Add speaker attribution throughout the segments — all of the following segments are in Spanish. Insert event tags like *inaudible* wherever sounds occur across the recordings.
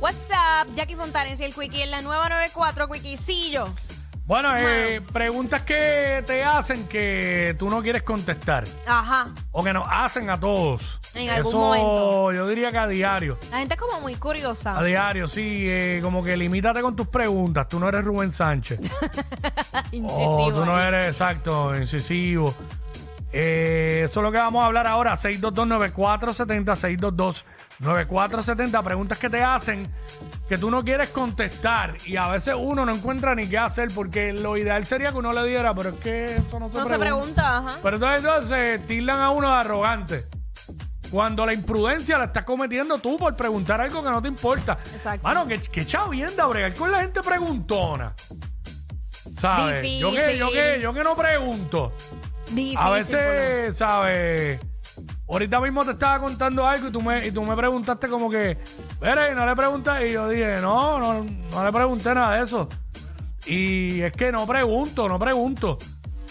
Speaker 1: What's up, Jackie Fontanes y el Quickie en la nueva 94, Quickiecillo.
Speaker 2: Bueno, eh, preguntas que te hacen que tú no quieres contestar
Speaker 1: Ajá.
Speaker 2: o que nos hacen a todos.
Speaker 1: En algún
Speaker 2: Eso,
Speaker 1: momento.
Speaker 2: Yo diría que a diario.
Speaker 1: La gente es como muy curiosa.
Speaker 2: A diario, sí, eh, como que limítate con tus preguntas. Tú no eres Rubén Sánchez.
Speaker 1: *laughs* Incisivo.
Speaker 2: Oh, tú no
Speaker 1: ahí.
Speaker 2: eres exacto, incisivo. Eh, eso es lo que vamos a hablar ahora, 622-9470, 622-9470. Preguntas que te hacen que tú no quieres contestar y a veces uno no encuentra ni qué hacer porque lo ideal sería que uno le diera, pero es que eso no se
Speaker 1: No
Speaker 2: pregunta.
Speaker 1: se pregunta, ajá.
Speaker 2: Pero entonces, entonces tildan a uno de arrogante. Cuando la imprudencia la estás cometiendo tú por preguntar algo que no te importa.
Speaker 1: Exacto.
Speaker 2: Mano, que, que chavienda bregar con la gente preguntona. ¿Sabes? Yo que, yo que, yo que no pregunto.
Speaker 1: Difícil.
Speaker 2: a
Speaker 1: por
Speaker 2: veces, ¿sabes? Ahorita mismo te estaba contando algo y tú me, y tú me preguntaste como que, "Pere, no le preguntas. Y yo dije, no, no, no le pregunté nada de eso. Y es que no pregunto, no pregunto.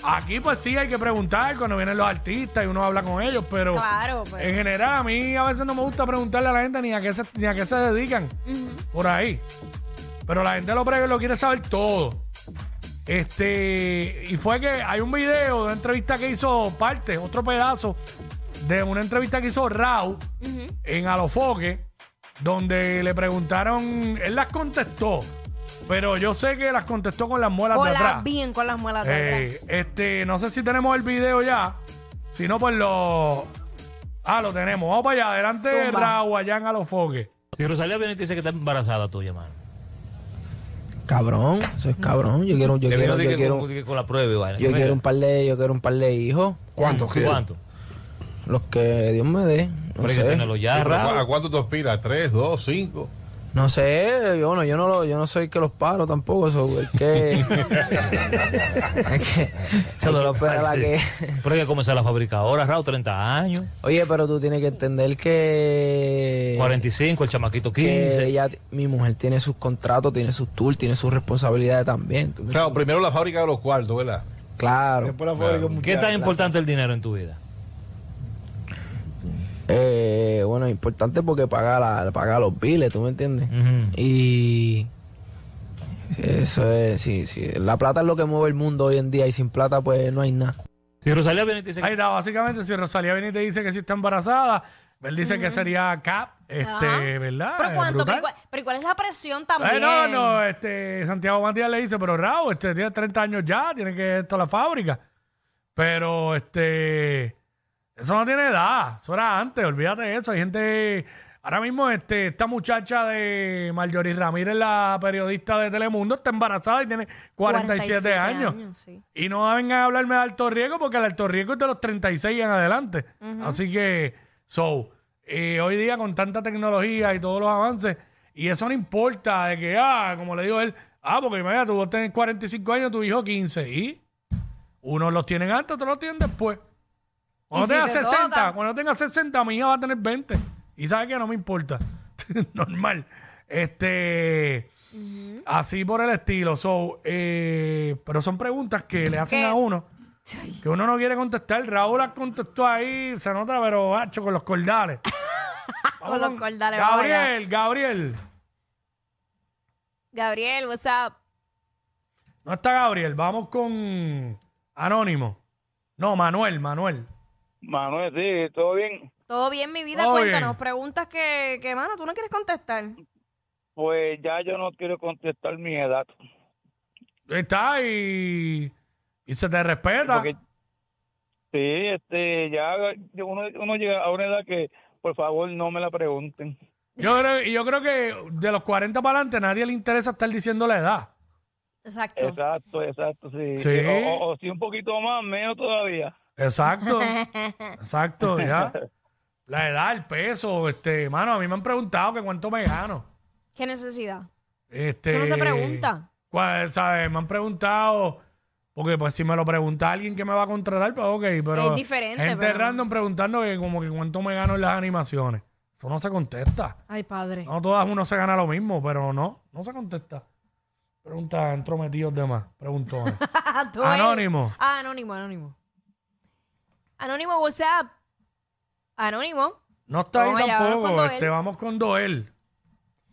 Speaker 2: Aquí pues sí hay que preguntar cuando vienen los artistas y uno habla con ellos, pero
Speaker 1: Claro, pues.
Speaker 2: en general a mí a veces no me gusta preguntarle a la gente ni a qué se, ni a qué se dedican por ahí. Pero la gente lo, pre- lo quiere saber todo. Este, y fue que hay un video de una entrevista que hizo parte, otro pedazo, de una entrevista que hizo Rau en Alofoque, donde le preguntaron, él las contestó, pero yo sé que las contestó con las muelas
Speaker 1: Con
Speaker 2: de
Speaker 1: las-
Speaker 2: atrás.
Speaker 1: bien con las muelas de atrás.
Speaker 2: Eh, este, no sé si tenemos el video ya, si no, pues lo. Ah, lo tenemos. Vamos para allá, adelante
Speaker 1: Zumba.
Speaker 2: Rau, allá en Alofoque.
Speaker 3: Si Rosalía viene y te dice que está embarazada tuya, mano.
Speaker 4: Cabrón, eso es cabrón. Yo quiero, yo
Speaker 3: Te vino
Speaker 4: quiero,
Speaker 3: de
Speaker 4: yo
Speaker 3: que
Speaker 4: quiero,
Speaker 3: con, de que con la prueba y vaina.
Speaker 4: yo
Speaker 3: Mira,
Speaker 4: quiero un par de, yo quiero un par de hijos,
Speaker 5: ¿Cuánto? ¿Qué?
Speaker 3: ¿Cuánto?
Speaker 4: los que Dios me dé. No
Speaker 3: Pero hay que
Speaker 4: sé,
Speaker 3: tenerlo ya,
Speaker 5: ¿A cu-
Speaker 3: raro.
Speaker 5: ¿A cuánto te aspiras? ¿Tres, dos, cinco?
Speaker 4: no sé, yo no, yo no, lo, yo no soy el que los paro tampoco, eso
Speaker 3: *laughs*
Speaker 4: es que, es que eso no lo
Speaker 3: *laughs*
Speaker 4: espera la que.
Speaker 3: Pero hay que comenzar la fábrica ahora, Raúl, 30 años,
Speaker 4: Oye, pero tú tienes que entender que
Speaker 3: 45, el chamaquito
Speaker 4: que
Speaker 3: 15.
Speaker 4: ella, mi mujer tiene sus contratos, tiene sus tours, tiene sus responsabilidades también. tú-
Speaker 5: Claro, primero la fábrica de los cuartos, ¿verdad?
Speaker 4: Claro,
Speaker 3: ¿Qué tan importante el dinero en tu vida?
Speaker 4: Eh, bueno, es importante porque paga, la, paga los biles, ¿tú me entiendes?
Speaker 3: Ujú.
Speaker 4: Y eso es, sí, sí. La plata es lo que mueve el mundo hoy en día y sin plata pues no hay nada.
Speaker 3: Si Rosalía viene y te dice
Speaker 2: Ahí
Speaker 3: que
Speaker 2: está, básicamente, si Rosalía viene y te dice que sí está embarazada, él dice que sería Cap, este,
Speaker 1: Ajá.
Speaker 2: ¿verdad?
Speaker 1: Pero
Speaker 2: Eh,
Speaker 1: cuánto,
Speaker 2: brutal.
Speaker 1: pero, cuál- pero cuál es la presión también.
Speaker 2: Eh, no, no, este, Santiago Matías le dice, pero Raúl, este, tiene 30 años ya, tiene que esto a la fábrica. Pero, este, eso no tiene edad, eso era antes, olvídate de eso. Hay gente, ahora mismo, este, esta muchacha de Marjorie Ramírez, la periodista de Telemundo, está embarazada y tiene 47, años.
Speaker 1: sí.
Speaker 2: Y no vengan a hablarme de alto riesgo porque el alto riesgo es de los 36 en adelante. Así que, so, eh, hoy día con tanta tecnología y todos los avances, y eso no importa de que, ah, como le digo él, ah, porque imagínate, tú tenés 45 años, tu hijo 15, y unos los tienen antes, otros los tienen después. Cuando
Speaker 1: ¿Y si
Speaker 2: tenga
Speaker 1: te
Speaker 2: 60,
Speaker 1: toca?
Speaker 2: cuando tenga 60, mi hija va a tener 20. Y sabe que no me importa. *laughs* Normal. Este. Así por el estilo. So, eh, pero son preguntas que le hacen
Speaker 1: ¿Qué?
Speaker 2: a uno que uno no quiere contestar. Raúl las contestó ahí, se nota, pero hacho con los cordales.
Speaker 1: *laughs*
Speaker 2: Vamos
Speaker 1: Con los cordales, vamos allá.
Speaker 2: Gabriel, Gabriel.
Speaker 1: Gabriel, what's up?
Speaker 2: No está Gabriel, vamos con Anónimo. No, Manuel, Manuel.
Speaker 6: Manuel, sí, todo bien.
Speaker 1: Todo bien, mi vida.
Speaker 2: Todo
Speaker 1: Cuéntanos
Speaker 2: bien.
Speaker 1: preguntas que, que, mano, tú no quieres contestar.
Speaker 6: Pues ya yo no quiero contestar mi edad.
Speaker 2: Está y, y se te respeta.
Speaker 6: Porque, sí, este, ya yo- uno, uno llega a una edad que, por favor, no me la pregunten.
Speaker 2: Yo, creo, yo creo que de los 40 para adelante nadie le interesa estar diciendo la edad.
Speaker 1: Exacto.
Speaker 6: Exacto, exacto, sí.
Speaker 2: Sí.
Speaker 6: O, o-
Speaker 1: *laughs*
Speaker 6: o si un poquito más, menos todavía.
Speaker 2: Exacto. Exacto, ya. La edad, el peso, este, mano, a mí me han preguntado que cuánto me gano.
Speaker 1: ¿Qué necesidad?
Speaker 2: Este,
Speaker 1: Eso no se pregunta.
Speaker 2: cuál- ¿sabes? Me han preguntado, porque pues si me lo pregunta alguien que me va a contratar, pues ok, pero...
Speaker 1: Es diferente,
Speaker 2: Gente
Speaker 1: pero-
Speaker 2: random preguntando que como que cuánto me gano en las animaciones. Eso no se contesta.
Speaker 1: Ay, padre. *laughs*
Speaker 2: No todas uno se gana lo mismo, pero no, no se contesta. Pregunta entrometidos de más,
Speaker 1: *laughs*
Speaker 2: preguntones.
Speaker 1: Tú eres-
Speaker 2: Anónimo.
Speaker 1: Ah, anónimo, anónimo. Anónimo, WhatsApp. Anónimo.
Speaker 2: No está ahí
Speaker 1: Vamos allá, vamos
Speaker 2: tampoco,
Speaker 1: con Doel.
Speaker 2: este, vamos con Doel.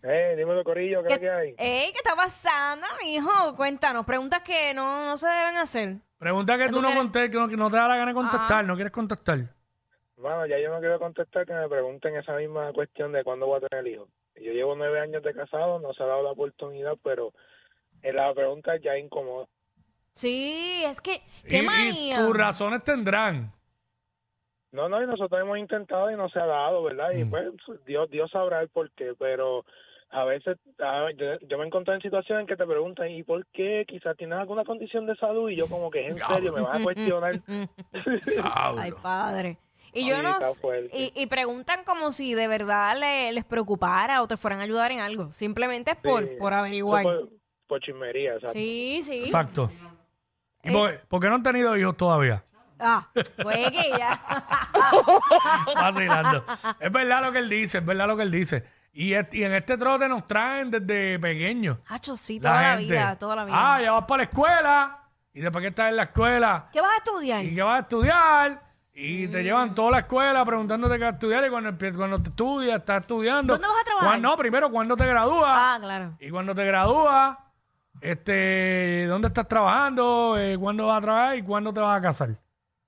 Speaker 6: Eh, dímelo, Corillo, ¿qué,
Speaker 1: ¿Qué-
Speaker 6: es que hay?
Speaker 1: Ey, ¿qué está pasando, hijo? Cuéntanos, preguntas que no, no se deben hacer.
Speaker 2: Pregunta que tú,
Speaker 1: tú
Speaker 2: no
Speaker 1: quieres? Ah.
Speaker 2: contestes, que no, que no te da la gana de contestar, no quieres contestar.
Speaker 6: Mano, ya yo no quiero contestar que me pregunten esa misma cuestión de cuándo voy a tener hijos. Yo llevo nueve años de casado, no se ha dado la oportunidad, pero en la pregunta ya incomoda.
Speaker 1: Sí, es que. ¡Qué
Speaker 2: Y- y,
Speaker 1: manía!
Speaker 2: tus razones tendrán.
Speaker 6: No, no, y nosotros hemos intentado y no se ha dado, ¿verdad? Y pues Dios, Dios sabrá el por qué, pero a veces a- yo, yo me he encontrado en situaciones en que te preguntan, ¿y por qué? Quizás tienes alguna condición de salud y yo como que es en serio, me vas a cuestionar.
Speaker 1: Ay, padre. Y yo
Speaker 6: Ay,
Speaker 1: no
Speaker 6: está
Speaker 1: s-
Speaker 6: fuerte.
Speaker 1: y, y preguntan como si de verdad le- les preocupara o te fueran a ayudar en algo. Simplemente es por,
Speaker 6: Sí.
Speaker 1: por averiguar.
Speaker 6: Por, por chismería, o sea,
Speaker 1: Sí, sí.
Speaker 2: Exacto.
Speaker 1: Eh.
Speaker 2: ¿Y por, por qué no han tenido hijos todavía? *laughs*
Speaker 1: Ah, pues que ya. *laughs*
Speaker 2: Vacilando. es verdad lo que él dice, es verdad lo que él dice. Y, et- y en este trote nos traen desde pequeños.
Speaker 1: Hacho, sí, toda la,
Speaker 2: gente.
Speaker 1: vida, toda la vida.
Speaker 2: Ah, ya vas para la escuela. Y después que estás en la escuela
Speaker 1: ¿Qué vas a estudiar?
Speaker 2: y que vas a estudiar. Y
Speaker 1: Mm.
Speaker 2: te llevan toda la escuela preguntándote qué vas a estudiar. Y cuando, empie- cuando te estudias, estás estudiando.
Speaker 1: ¿Dónde vas a trabajar?
Speaker 2: Cuando- no, primero, cuando te gradúas.
Speaker 1: Ah, claro.
Speaker 2: Y cuando te gradúas, este, ¿dónde estás trabajando? Eh, ¿Cuándo vas a trabajar? ¿Y cuándo te vas a casar?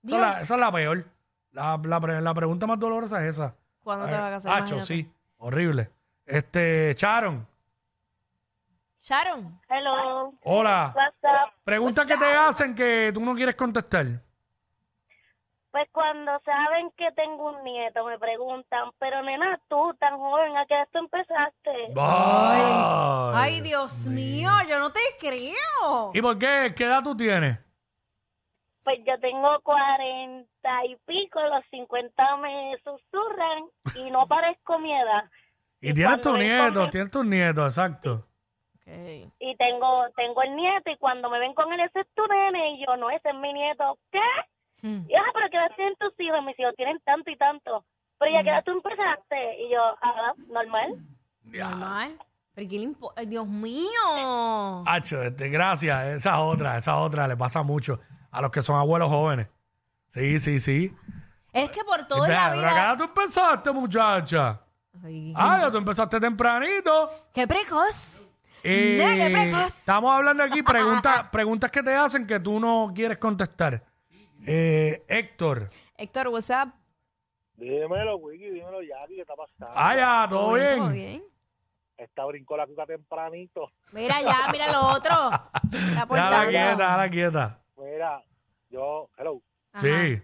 Speaker 2: Esa es la,
Speaker 1: Dios.
Speaker 2: esa es la peor. La, la pre- la pregunta más dolorosa es esa.
Speaker 1: ¿Cuándo te vas a casar?
Speaker 2: Eh, Hacho,
Speaker 1: Imagínate.
Speaker 2: sí. Horrible. Este, Charon,
Speaker 1: Sharon,
Speaker 7: Hello.
Speaker 2: hola.
Speaker 7: WhatsApp.
Speaker 2: Pregunta
Speaker 1: Pues
Speaker 2: que te hacen que tú no quieres contestar.
Speaker 7: Pues cuando saben que tengo un nieto me preguntan, pero nena, tú tan joven, ¿a qué edad tú empezaste?
Speaker 1: ay, Dios mío, yo no te creo.
Speaker 2: ¿Y por qué? ¿Qué edad tú tienes?
Speaker 7: Pues yo tengo cuarenta y pico, los cincuenta me susurran y no parezco mi edad.
Speaker 1: Pues
Speaker 2: Y tienes
Speaker 7: cuando
Speaker 2: tus
Speaker 7: ven
Speaker 2: nietos,
Speaker 7: conmigo-
Speaker 2: tienes tus nietos, exacto.
Speaker 1: Ok.
Speaker 7: Y tengo tengo el nieto y cuando me ven con él, ese es tu nene y yo, no, ese es mi nieto. ¿Qué?
Speaker 1: Hmm.
Speaker 7: Y, ah, pero ¿qué edad tienen tus hijos? Mis hijos tienen tanto y tanto. Pero ya que edad tú empezaste y yo, ah, normal.
Speaker 1: Normal. Pero ¿qué le impo- ay, Dios mío.
Speaker 2: Hacho, este, gracias. Esa otra, esa otra le pasa mucho a los que son abuelos jóvenes. Sí, sí, sí.
Speaker 1: Es que por toda
Speaker 2: Vea,
Speaker 1: la
Speaker 2: pero acá
Speaker 1: vida.
Speaker 2: tú empezaste, muchacha.
Speaker 1: Ay,
Speaker 2: Ah, ya tú empezaste tempranito.
Speaker 1: ¡Qué precoz!
Speaker 2: Eh,
Speaker 1: Nene, precoz.
Speaker 2: estamos hablando aquí
Speaker 1: *laughs*
Speaker 2: pregunta- preguntas que te hacen que tú no quieres contestar. Eh, Héctor.
Speaker 1: Héctor, WhatsApp.
Speaker 6: Dímelo, Wiki, dímelo, Jackie, ¿qué está pasando?
Speaker 2: Ah, ya, todo bien.
Speaker 1: ¿Todo bien?
Speaker 6: Esta brincó la cuca tempranito.
Speaker 1: Mira ya, mira lo
Speaker 2: *laughs*
Speaker 1: otro. La
Speaker 2: Déjala quieta,
Speaker 1: portada.
Speaker 2: déjala quieta.
Speaker 6: Mira, yo, hello,
Speaker 2: Sí.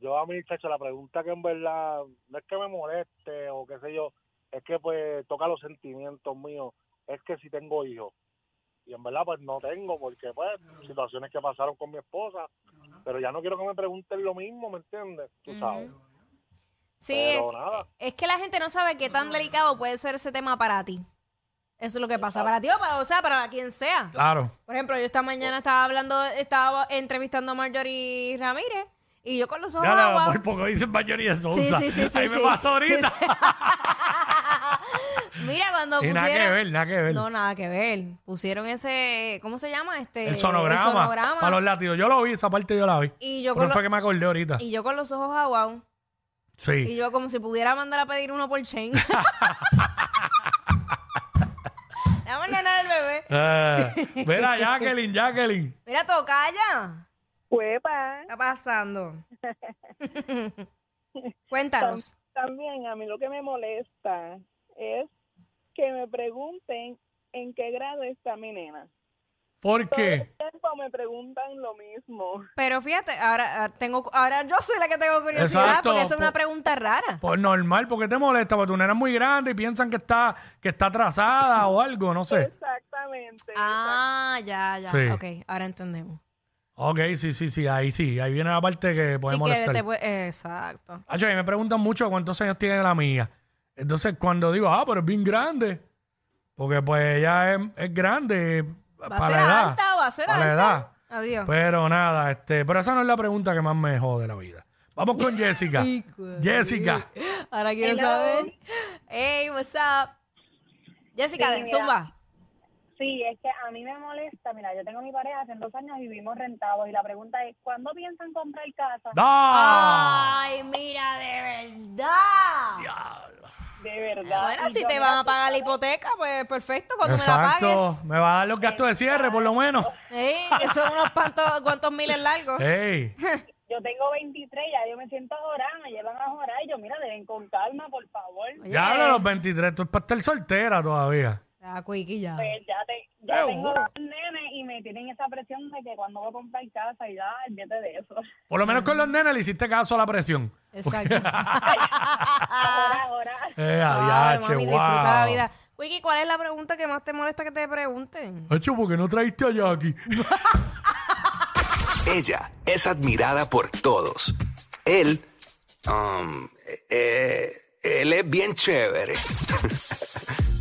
Speaker 6: yo a mi chacho la pregunta que en verdad no es que me moleste o qué sé yo, es que pues toca los sentimientos míos, es que si tengo hijos. Y en verdad pues no tengo porque pues situaciones que pasaron con mi esposa, pero ya no quiero que me pregunten lo mismo, ¿me entiendes? Tú sabes.
Speaker 1: Sí,
Speaker 6: Pero
Speaker 1: es,
Speaker 6: nada.
Speaker 1: es que la gente no sabe qué tan delicado puede ser ese tema para ti. Eso es lo que pasa para ti o para, o sea, para quien sea.
Speaker 2: Claro.
Speaker 1: Por ejemplo, yo esta mañana estaba hablando, estaba entrevistando a Marjorie Ramírez y yo con los ojos
Speaker 2: Ya, no,
Speaker 1: aguados.
Speaker 2: por poco dicen mayoría de
Speaker 1: Sí,
Speaker 2: Sousa.
Speaker 1: sí, sí, sí,
Speaker 2: Ahí me
Speaker 1: sí.
Speaker 2: pasó ahorita.
Speaker 1: Sí, *laughs* sí. Mira, cuando
Speaker 2: Y
Speaker 1: pusieron...
Speaker 2: nada que ver, nada que ver.
Speaker 1: No, nada que ver. Pusieron ese, ¿cómo se llama? Este,
Speaker 2: el sonograma.
Speaker 1: el sonograma.
Speaker 2: Para los latidos. Yo lo vi, esa parte yo la vi.
Speaker 1: Y yo
Speaker 2: Pero
Speaker 1: con
Speaker 2: fue
Speaker 1: lo-
Speaker 2: que me acordé ahorita.
Speaker 1: Y yo con los ojos aguados. Y
Speaker 2: sí.
Speaker 1: yo como si pudiera mandar a pedir uno por
Speaker 2: *laughs*
Speaker 1: Chain. Dame nena del bebé. *laughs*
Speaker 2: Eh, mira, Jacqueline, Jacqueline.
Speaker 1: Mira, tocaya.
Speaker 8: Huepa,
Speaker 1: ¿Qué está pasando? Cuéntanos.
Speaker 8: también a mí lo que me molesta es que me pregunten en qué grado está mi nena.
Speaker 2: ¿Por
Speaker 8: Todo
Speaker 2: qué?
Speaker 8: el tiempo me preguntan lo mismo. *laughs*
Speaker 1: Pero fíjate, ahora, ahora tengo, ahora yo soy la que tengo curiosidad
Speaker 2: Exacto,
Speaker 1: porque esa es una
Speaker 2: po-
Speaker 1: pregunta rara.
Speaker 2: Pues normal, porque te molesta, porque tu nena es muy grande y piensan que está, que está atrasada o algo, no sé.
Speaker 8: Exactamente.
Speaker 1: Ah, ya, ya.
Speaker 2: Sí.
Speaker 1: Ok, ahora entendemos.
Speaker 2: Ok, sí, sí, sí, ahí sí. Ahí viene la parte que puede
Speaker 1: Sí que
Speaker 2: molestar.
Speaker 1: te puede- Exacto.
Speaker 2: Acho, y me preguntan mucho cuántos años tiene la mía. Entonces, cuando digo, ah, pero es bien grande, porque pues ella es, es grande
Speaker 1: Va
Speaker 2: para
Speaker 1: a ser
Speaker 2: la edad.
Speaker 1: alta, va a ser
Speaker 2: para la
Speaker 1: alta.
Speaker 2: edad.
Speaker 1: Adiós.
Speaker 2: Pero nada, este, pero esa no es la pregunta que más me jode la vida.
Speaker 1: *laughs*
Speaker 2: Vamos con Jessica. Ah, Jessica.
Speaker 1: Ahora quiero
Speaker 8: Hello.
Speaker 1: saber. Hey, what's up? Jessica,
Speaker 8: Sí, mira.
Speaker 1: zumba.
Speaker 8: Sí, es que a mí me molesta. Mira, yo tengo mi pareja hace dos años y vivimos rentados. Y la pregunta es, ¿cuándo piensan comprar casa?
Speaker 2: ¡Da!
Speaker 1: Ay, mira, de verdad.
Speaker 8: De verdad.
Speaker 1: Bueno,
Speaker 8: Y
Speaker 1: si
Speaker 8: yo,
Speaker 1: te
Speaker 8: mira,
Speaker 1: van a
Speaker 8: tú
Speaker 1: pagar la
Speaker 8: sabes-
Speaker 1: hipoteca, pues perfecto, cuando me la
Speaker 2: Exacto.
Speaker 1: pagues.
Speaker 2: Me va a dar los gastos de cierre, por lo
Speaker 1: *laughs*
Speaker 2: menos.
Speaker 1: Ey, que son unos
Speaker 2: *laughs*
Speaker 1: cuantos, cuantos miles largos.
Speaker 2: Eh, Ey.
Speaker 8: Yo tengo 23, ya yo me siento a jorar, me llevan a jorar. Y yo, mira, deben con calma, por favor.
Speaker 1: Oye, eh,
Speaker 2: Ya hablo de los 23. Tú es para estar soltera todavía.
Speaker 1: ya, cuiqui, ah, ya.
Speaker 8: Pues ya, te, ya
Speaker 2: Eh,
Speaker 8: tengo
Speaker 2: bueno.
Speaker 8: dos nenes y me tienen esa presión de que cuando voy a comprar casa y ya, olvídate de eso.
Speaker 2: Por lo menos con los nenes le hiciste caso a la presión. *laughs*
Speaker 1: Exacto. *laughs*
Speaker 8: Ahora, ahora.
Speaker 2: Eh,
Speaker 1: Suave,
Speaker 2: adiache,
Speaker 1: mami, disfruta la
Speaker 2: wow.
Speaker 1: vida. Wiki, ¿cuál es la pregunta que más te molesta que te pregunten?
Speaker 2: Hacho, ¿por qué no traíste a Jackie?
Speaker 9: Ella es admirada por todos. Él, um, eh, él es bien chévere. *laughs*